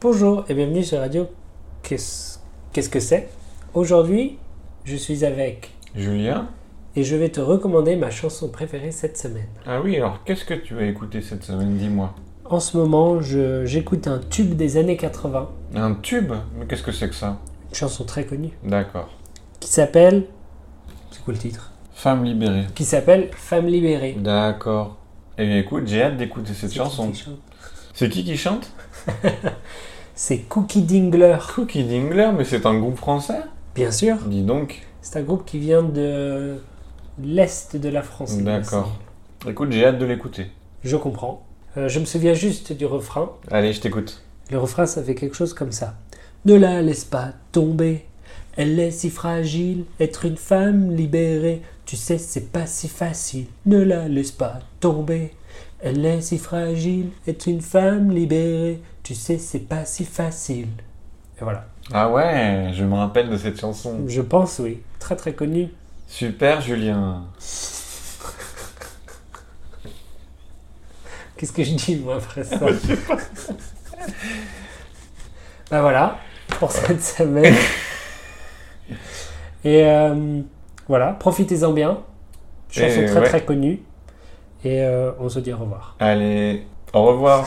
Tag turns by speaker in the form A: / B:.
A: Bonjour et bienvenue sur Radio Qu'est-ce qu'est-ce que c'est Aujourd'hui, je suis avec
B: Julien
A: et je vais te recommander ma chanson préférée cette semaine.
B: Ah oui, alors qu'est-ce que tu as écouté cette semaine, dis-moi
A: En ce moment, je- j'écoute un tube des années 80,
B: Un tube Mais qu'est-ce que c'est que ça
A: une chanson très connue,
B: D'accord.
A: qui s'appelle... C'est quoi le titre
B: Femme libérée.
A: Qui s'appelle Femme libérée.
B: D'accord. Eh bien écoute, j'ai hâte d'écouter cette
A: C'est
B: chanson.
A: qui qui chante
B: C'est qui qui chante
A: C'est Cookie Dingler.
B: Cookie Dingler, mais c'est un groupe français
A: Bien sûr.
B: Dis donc.
A: C'est un groupe qui vient de l'Est de la France. il me
B: D'accord.
A: semble.
B: Écoute, j'ai hâte de l'écouter.
A: Je comprends. Euh, je me souviens juste du refrain.
B: Allez, je t'écoute.
A: Le refrain, ça fait quelque chose comme ça. Ne la laisse pas tomber, elle est si fragile, être une femme libérée, tu sais, c'est pas si facile. Ne la laisse pas tomber, elle est si fragile, être une femme libérée, tu sais, c'est pas si facile. Et voilà.
B: Ah ouais, je me rappelle de cette chanson.
A: Je pense, oui. Très très connu.
B: Super, Julien.
A: Qu'est-ce que je dis, moi, après ça Ben voilà, pour cette semaine. Et euh, voilà, profitez-en bien. Chanson
B: Et
A: très
B: ouais.
A: très connue. Et euh, on se dit au revoir.
B: Allez, au revoir.